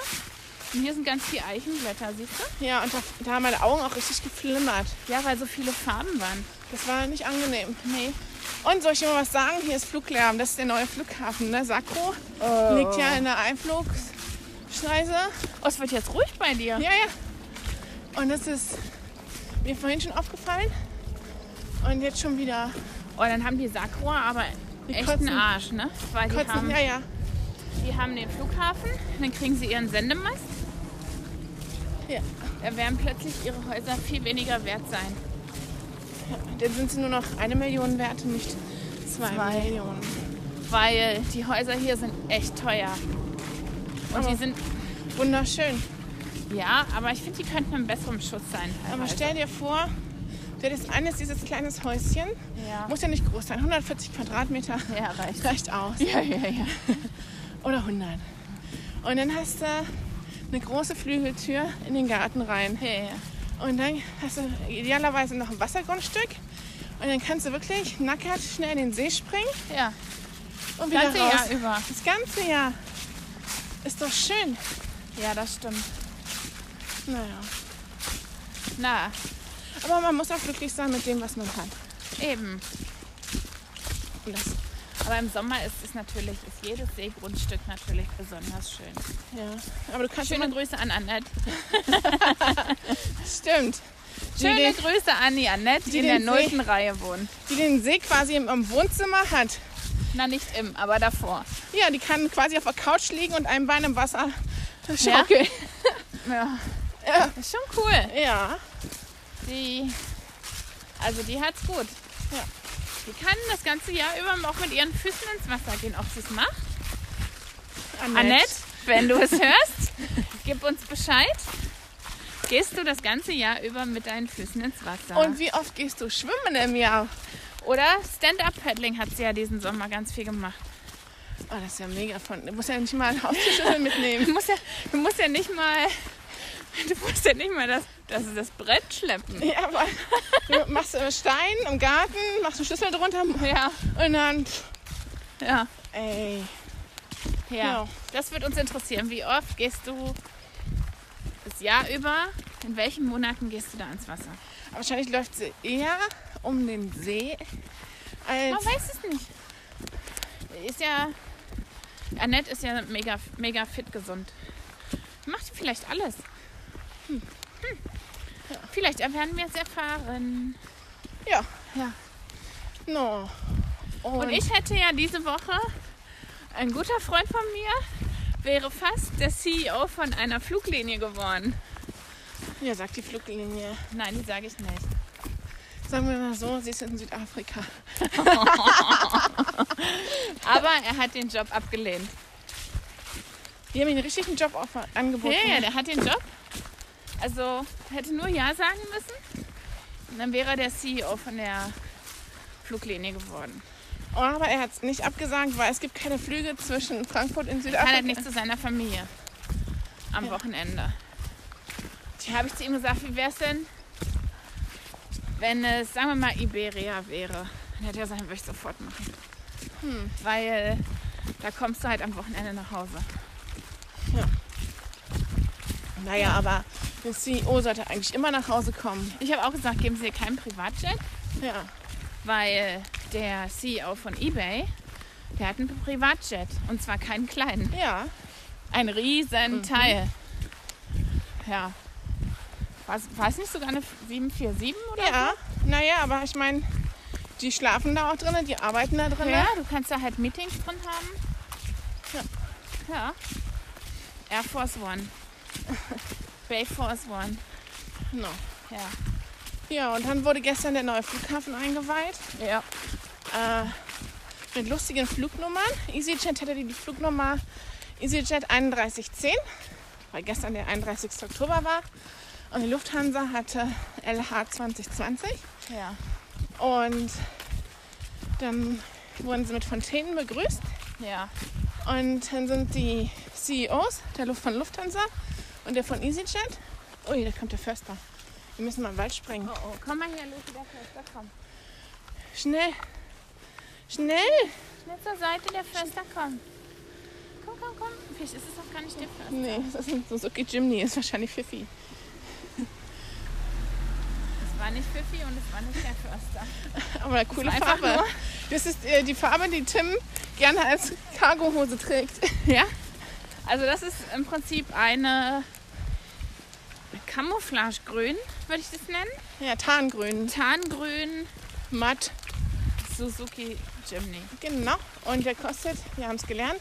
Speaker 1: Und hier sind ganz viele Eichenblätter, siehst du?
Speaker 2: Ja, und da, da haben meine Augen auch richtig geflimmert.
Speaker 1: Ja, weil so viele Farben waren.
Speaker 2: Das war nicht angenehm.
Speaker 1: Nee.
Speaker 2: Und soll ich dir mal was sagen? Hier ist Fluglärm. Das ist der neue Flughafen, ne? Sakro. Liegt ja in der Einflugschneise.
Speaker 1: Oh, es wird jetzt ruhig bei dir.
Speaker 2: Ja, ja. Und das ist mir vorhin schon aufgefallen. Und jetzt schon wieder.
Speaker 1: Oh, dann haben die Sakroer aber echt
Speaker 2: kotzen-
Speaker 1: einen Arsch, ne? Weil die
Speaker 2: Kotzen.
Speaker 1: haben,
Speaker 2: Ja, ja.
Speaker 1: die haben den Flughafen, dann kriegen sie ihren Sendemast.
Speaker 2: Ja.
Speaker 1: Da werden plötzlich ihre Häuser viel weniger wert sein.
Speaker 2: Dann sind sie nur noch eine Million wert und nicht zwei,
Speaker 1: Zwei.
Speaker 2: Millionen.
Speaker 1: Weil die Häuser hier sind echt teuer. Und die sind,
Speaker 2: Wunderschön.
Speaker 1: ja, aber ich finde, die könnten in besserem Schutz sein.
Speaker 2: Aber
Speaker 1: teilweise.
Speaker 2: stell dir vor, du hättest eines dieses kleines Häuschen.
Speaker 1: ja.
Speaker 2: Muss ja nicht groß sein. 140 Quadratmeter
Speaker 1: ja, reicht.
Speaker 2: reicht aus.
Speaker 1: Ja, ja, ja.
Speaker 2: Oder 100. Und dann hast du eine große Flügeltür in den Garten rein.
Speaker 1: ja, ja.
Speaker 2: Und dann hast du idealerweise noch ein Wassergrundstück. Und dann kannst du wirklich nackert schnell in den See springen
Speaker 1: ja.
Speaker 2: und wieder
Speaker 1: Ganze
Speaker 2: raus.
Speaker 1: Jahr über.
Speaker 2: Das ganze Jahr. Ist doch schön.
Speaker 1: Ja, das stimmt.
Speaker 2: Naja.
Speaker 1: Na,
Speaker 2: Aber man muss auch glücklich sein mit dem, was man hat.
Speaker 1: eben.
Speaker 2: Und das,
Speaker 1: Aber im Sommer ist es natürlich, ist jedes Seegrundstück natürlich besonders schön.
Speaker 2: ja. Aber du kannst
Speaker 1: Schöne
Speaker 2: immer...
Speaker 1: Grüße an Annette.
Speaker 2: Stimmt. Die,
Speaker 1: Schöne
Speaker 2: den,
Speaker 1: Grüße an die Annette, die in der
Speaker 2: den See-
Speaker 1: nullten Reihe wohnt.
Speaker 2: die den See quasi im, im Wohnzimmer hat.
Speaker 1: Na, nicht im, aber davor.
Speaker 2: Ja, die kann quasi auf der Couch liegen und ein Bein im Wasser schaukeln.
Speaker 1: Ja.
Speaker 2: Ja.
Speaker 1: Ist schon cool.
Speaker 2: Ja.
Speaker 1: Die, also die hat's gut.
Speaker 2: Ja.
Speaker 1: Die kann das ganze Jahr über auch mit ihren Füßen ins Wasser gehen. Ob sie es macht? Annette, wenn du es hörst, gib uns Bescheid. Gehst du das ganze Jahr über mit deinen Füßen ins Wasser?
Speaker 2: Und wie oft gehst du schwimmen im Jahr?
Speaker 1: Oder Stand-Up-Paddling hat sie ja diesen Sommer ganz viel gemacht.
Speaker 2: Oh, das ist ja mega von. Du musst ja nicht mal einen Haustürschlüssel mitnehmen.
Speaker 1: Du musst ja, du musst ja nicht mal, du musst ja nicht mal das, das, das Brett schleppen.
Speaker 2: Ja, aber du machst einen Stein im Garten, machst einen Schlüssel drunter und
Speaker 1: Ja,
Speaker 2: dann. Pff,
Speaker 1: ja,
Speaker 2: ey.
Speaker 1: ja.
Speaker 2: Ja.
Speaker 1: Das wird uns interessieren. Wie oft gehst du das Jahr über? In welchen Monaten gehst du da ins Wasser?
Speaker 2: Wahrscheinlich läuft sie eher um den See als.
Speaker 1: Man weiß es nicht. Ist ja. Annette ist ja mega, mega fit gesund. Macht sie vielleicht alles. Hm. Hm. Vielleicht werden wir es erfahren.
Speaker 2: Ja.
Speaker 1: Ja.
Speaker 2: No.
Speaker 1: Und ich hätte ja diese Woche, ein guter Freund von mir wäre fast der CEO von einer Fluglinie geworden.
Speaker 2: Ja, sagt die Fluglinie.
Speaker 1: Nein, die sage ich nicht.
Speaker 2: Sagen wir mal so, sie ist in Südafrika.
Speaker 1: Aber er hat den Job abgelehnt.
Speaker 2: Die haben ihnen einen richtigen Job offer-
Speaker 1: Ja,
Speaker 2: angeboten.
Speaker 1: ja, der hat den Job. Also hätte nur Ja sagen müssen. Und dann wäre er der CEO von der Fluglinie geworden.
Speaker 2: Aber er hat es nicht abgesagt, weil es gibt keine Flüge zwischen Frankfurt und
Speaker 1: Kann
Speaker 2: Südafrika.
Speaker 1: halt nicht zu seiner Familie am Wochenende. Da habe ich zu ihm gesagt, wie wäre es denn, wenn es, sagen wir mal, Iberia wäre. Dann hätte er gesagt, würde ich sofort machen. Weil da kommst du halt am Wochenende nach Hause.
Speaker 2: Naja, aber der CEO sollte eigentlich immer nach Hause kommen.
Speaker 1: Ich habe auch gesagt, geben Sie ihr keinen Privatjet,
Speaker 2: Ja.
Speaker 1: weil der CEO von eBay, der hat einen Privatjet. Und zwar keinen kleinen.
Speaker 2: Ja.
Speaker 1: Ein riesen Teil. Ja. War es- War es nicht sogar eine 747 oder
Speaker 2: Ja. Naja, aber ich meine, die schlafen da auch drin, die arbeiten da drin.
Speaker 1: Ja, du kannst da halt Meetings drin haben. Ja. Air Force One. Bay Force One.
Speaker 2: No.
Speaker 1: Ja.
Speaker 2: Ja, und dann wurde gestern der neue Flughafen eingeweiht.
Speaker 1: Ja.
Speaker 2: Äh, mit lustigen Flugnummern. EasyJet hatte die Flugnummer EasyJet 3110, weil gestern der 31. Oktober war. Und die Lufthansa hatte LH 2020.
Speaker 1: Ja.
Speaker 2: Und dann wurden sie mit Fontänen begrüßt.
Speaker 1: Ja.
Speaker 2: Und dann sind die CEOs der Luft von Lufthansa und der von EasyJet. Ui, da kommt der Förster. Wir müssen mal im Wald springen.
Speaker 1: Oh, oh. Komm mal hier, Lucy, da komm.
Speaker 2: Schnell! Schnell!
Speaker 1: Schnell zur Seite, der Förster kommt. Komm, komm, komm. Vielleicht ist es auch gar nicht der Förster.
Speaker 2: Nee, das ist ein Suzuki Jimny, ist wahrscheinlich Fifi.
Speaker 1: Es war nicht Pfiffi und es war nicht der Förster.
Speaker 2: Aber eine coole
Speaker 1: war einfach
Speaker 2: Farbe.
Speaker 1: nur-
Speaker 2: Das ist äh, die Farbe, die Tim gerne als Cargohose trägt.
Speaker 1: Ja? Also das ist im Prinzip eine Camouflagegrün, würde ich das nennen.
Speaker 2: Ja, Tarngrün,
Speaker 1: Tarngrün
Speaker 2: matt,
Speaker 1: Suzuki Jimny.
Speaker 2: genau. Und der kostet, wir haben es gelernt,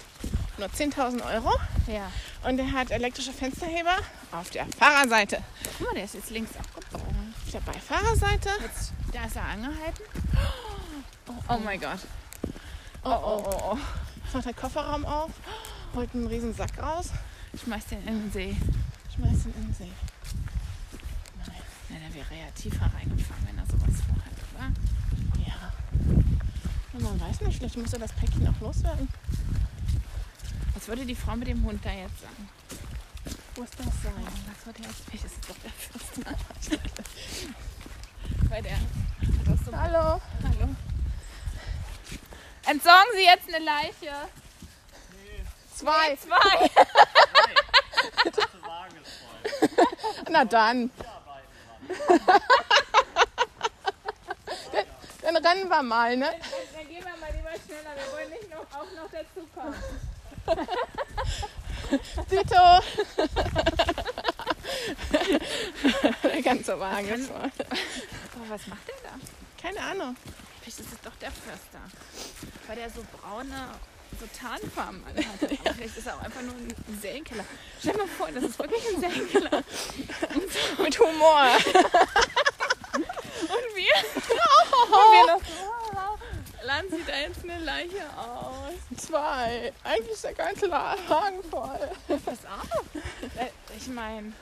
Speaker 2: nur 10.000 Euro.
Speaker 1: Ja.
Speaker 2: Und der hat elektrische Fensterheber auf der Fahrerseite.
Speaker 1: Guck mal, der ist jetzt links abgebogen.
Speaker 2: Auf der Beifahrerseite.
Speaker 1: Jetzt, da ist er angehalten.
Speaker 2: Oh mein Gott. Oh, oh, oh, oh. Jetzt macht der Kofferraum auf, holt einen riesen Sack raus,
Speaker 1: Schmeißt den in den See.
Speaker 2: schmeißt ihn in den See.
Speaker 1: Na, der wäre ja tiefer reingefahren, wenn er sowas vorhat, oder?
Speaker 2: Ja. Und man weiß nicht, vielleicht muss er das Päckchen auch loswerden.
Speaker 1: Was würde die Frau mit dem Hund da jetzt sagen?
Speaker 2: Wo ist das sein?
Speaker 1: Was würde er jetzt? Vielleicht ist es doch der Fürster. Weil der hat auch so
Speaker 2: Hallo.
Speaker 1: Hallo. Entsorgen Sie jetzt eine Leiche.
Speaker 2: Zwei.
Speaker 1: Zwei.
Speaker 2: Na dann. dann rennen wir mal, ne?
Speaker 1: Dann gehen wir mal lieber schneller. Wir wollen nicht noch, auch noch dazukommen.
Speaker 2: Dito. Der ganze Wagen ist voll.
Speaker 1: Boah, was macht der da?
Speaker 2: Keine Ahnung.
Speaker 1: Vielleicht ist es doch der Förster. Weil der so braune, so Tarnfarben anhat. Aber Vielleicht ist er auch einfach nur ein Serienkiller. Stell dir mal vor, das ist wirklich ein Serienkiller.
Speaker 2: Mit Humor.
Speaker 1: Und wir?
Speaker 2: Oh.
Speaker 1: Und wir noch so, oh, laden Sie da jetzt eine Leiche aus.
Speaker 2: Zwei. Eigentlich ist der ganze La- Wagen voll.
Speaker 1: Pass auf. Äh, Ich meine,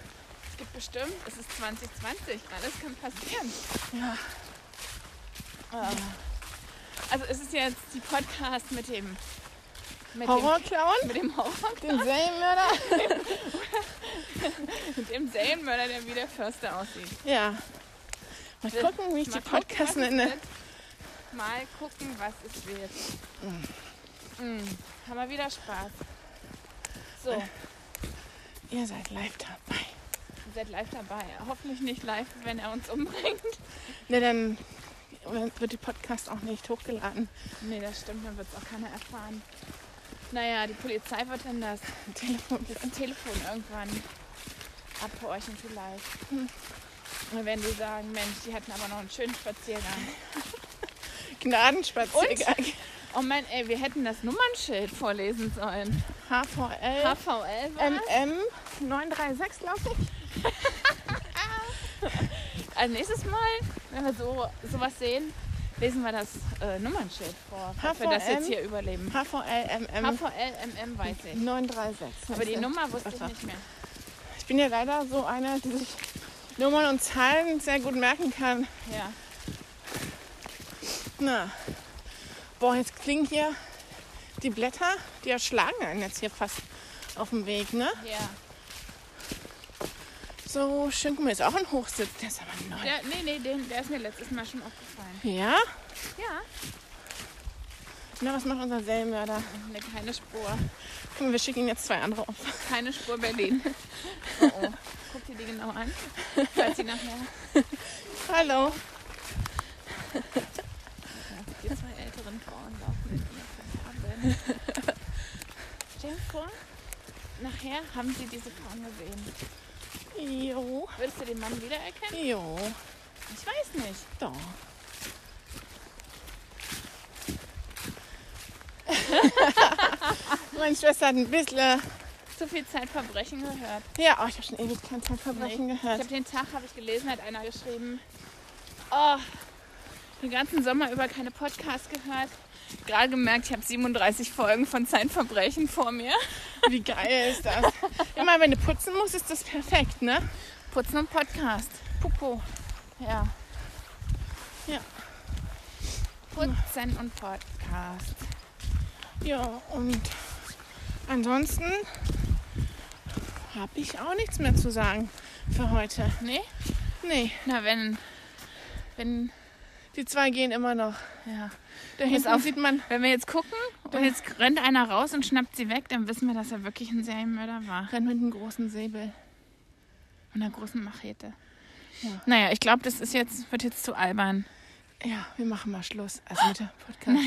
Speaker 1: es gibt bestimmt, es ist 2020, alles kann passieren. Ja. Also es ist jetzt die Podcast mit dem, mit dem,
Speaker 2: Horrorclown?
Speaker 1: mit dem Horror,
Speaker 2: Den Serienmörder?
Speaker 1: mit dem Serienmörder, der wie der Förster aussieht.
Speaker 2: Ja. Mal gucken, wie ich die
Speaker 1: Äh, Mal gucken,
Speaker 2: Podcast
Speaker 1: was es
Speaker 2: nenne.
Speaker 1: wird. Mal gucken, was es wird. Mm. Haben wir wieder Spaß. So,
Speaker 2: Äh. Ihr seid live dabei.
Speaker 1: ihr seid live dabei. Hoffentlich nicht live, wenn er uns umbringt.
Speaker 2: Na, Ne, dann wird die Podcast auch nicht hochgeladen.
Speaker 1: Nee, das stimmt, dann wird es auch keiner erfahren. Naja, die Polizei wird dann das,
Speaker 2: Telefon.
Speaker 1: das Telefon irgendwann abhorchen vielleicht. Und dann werden die sagen, Mensch, die hatten aber noch einen schönen Spaziergang.
Speaker 2: Gnadenspaziergang.
Speaker 1: Oh Mann, ey, wir hätten das Nummernschild vorlesen sollen.
Speaker 2: HVL.
Speaker 1: HVL war
Speaker 2: MM 936, glaube ich.
Speaker 1: Also nächstes Mal, wenn wir so sowas sehen, lesen wir das äh, Nummernschild vor, ob wir das
Speaker 2: HVM?
Speaker 1: jetzt hier überleben.
Speaker 2: HVL MM
Speaker 1: HVLMM weiß ich.
Speaker 2: 936.
Speaker 1: Aber die
Speaker 2: Nummer.
Speaker 1: Nummer wusste ich
Speaker 2: Ach so.
Speaker 1: nicht mehr.
Speaker 2: Ich bin ja leider so einer, die sich Nummern und Zahlen sehr gut merken kann.
Speaker 1: Ja.
Speaker 2: Na, boah, jetzt klingen hier die Blätter, die erschlagen einen jetzt hier fast auf dem Weg, ne?
Speaker 1: Ja.
Speaker 2: So, Schinken ist auch ein Hochsitz, der ist aber neu.
Speaker 1: Der, nee, nee, den, der ist mir letztes Mal schon aufgefallen.
Speaker 2: Ja?
Speaker 1: Ja.
Speaker 2: Na, was macht unser Serienmörder?
Speaker 1: Ne, keine Spur.
Speaker 2: Guck mal, wir schicken ihm jetzt zwei andere auf.
Speaker 1: Keine Spur Berlin. Oh, oh. Guck dir die genau an. Falls sie nachher.
Speaker 2: Hallo.
Speaker 1: Die zwei älteren Frauen laufen in ihr Verderben. Stell dir vor, nachher haben sie diese Frauen gesehen.
Speaker 2: Jo.
Speaker 1: Würdest du den Mann wiedererkennen?
Speaker 2: Jo.
Speaker 1: Ich weiß nicht.
Speaker 2: Doch. Meine Schwester hat ein bisschen.
Speaker 1: zu viel Zeitverbrechen gehört.
Speaker 2: Ja, oh, ich habe schon ewig kein Zeitverbrechen
Speaker 1: Ich
Speaker 2: gehört.
Speaker 1: habe den Tag, habe ich gelesen, hat einer geschrieben, oh, den ganzen Sommer über keine Podcasts gehört. Gerade gemerkt, ich habe 37 Folgen von Zeitverbrechen vor mir.
Speaker 2: Wie geil ist das? Immer wenn du putzen musst, ist das perfekt, ne?
Speaker 1: Putzen und Podcast. Popo. Ja.
Speaker 2: Ja.
Speaker 1: Putzen und Podcast.
Speaker 2: Ja, und ansonsten habe ich auch nichts mehr zu sagen für heute.
Speaker 1: Nee?
Speaker 2: Nee,
Speaker 1: Na, wenn, wenn
Speaker 2: Die zwei gehen immer noch.
Speaker 1: Ja.
Speaker 2: Da hinten
Speaker 1: auf.
Speaker 2: sieht man,
Speaker 1: Wenn wir jetzt gucken und jetzt rennt einer raus und schnappt sie weg, dann wissen wir, dass er wirklich ein Serienmörder war.
Speaker 2: rennt mit einem großen Säbel.
Speaker 1: Und einer großen Machete.
Speaker 2: Ja.
Speaker 1: Naja, ich glaube, das ist jetzt, wird jetzt zu albern.
Speaker 2: Ja, wir machen mal Schluss. Also mit der Podcast.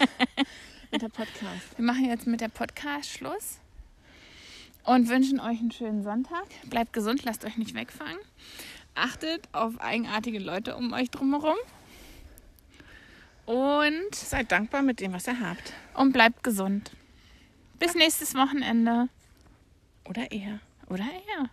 Speaker 2: mit der Podcast.
Speaker 1: Wir machen jetzt mit der Podcast Schluss und wünschen euch einen schönen Sonntag. Bleibt gesund, lasst euch nicht wegfangen. Achtet auf eigenartige Leute um euch drumherum. Und,
Speaker 2: Seid dankbar mit dem, was ihr habt.
Speaker 1: und bleibt gesund. Bis nächstes Wochenende.
Speaker 2: Oder eher.
Speaker 1: Oder eher.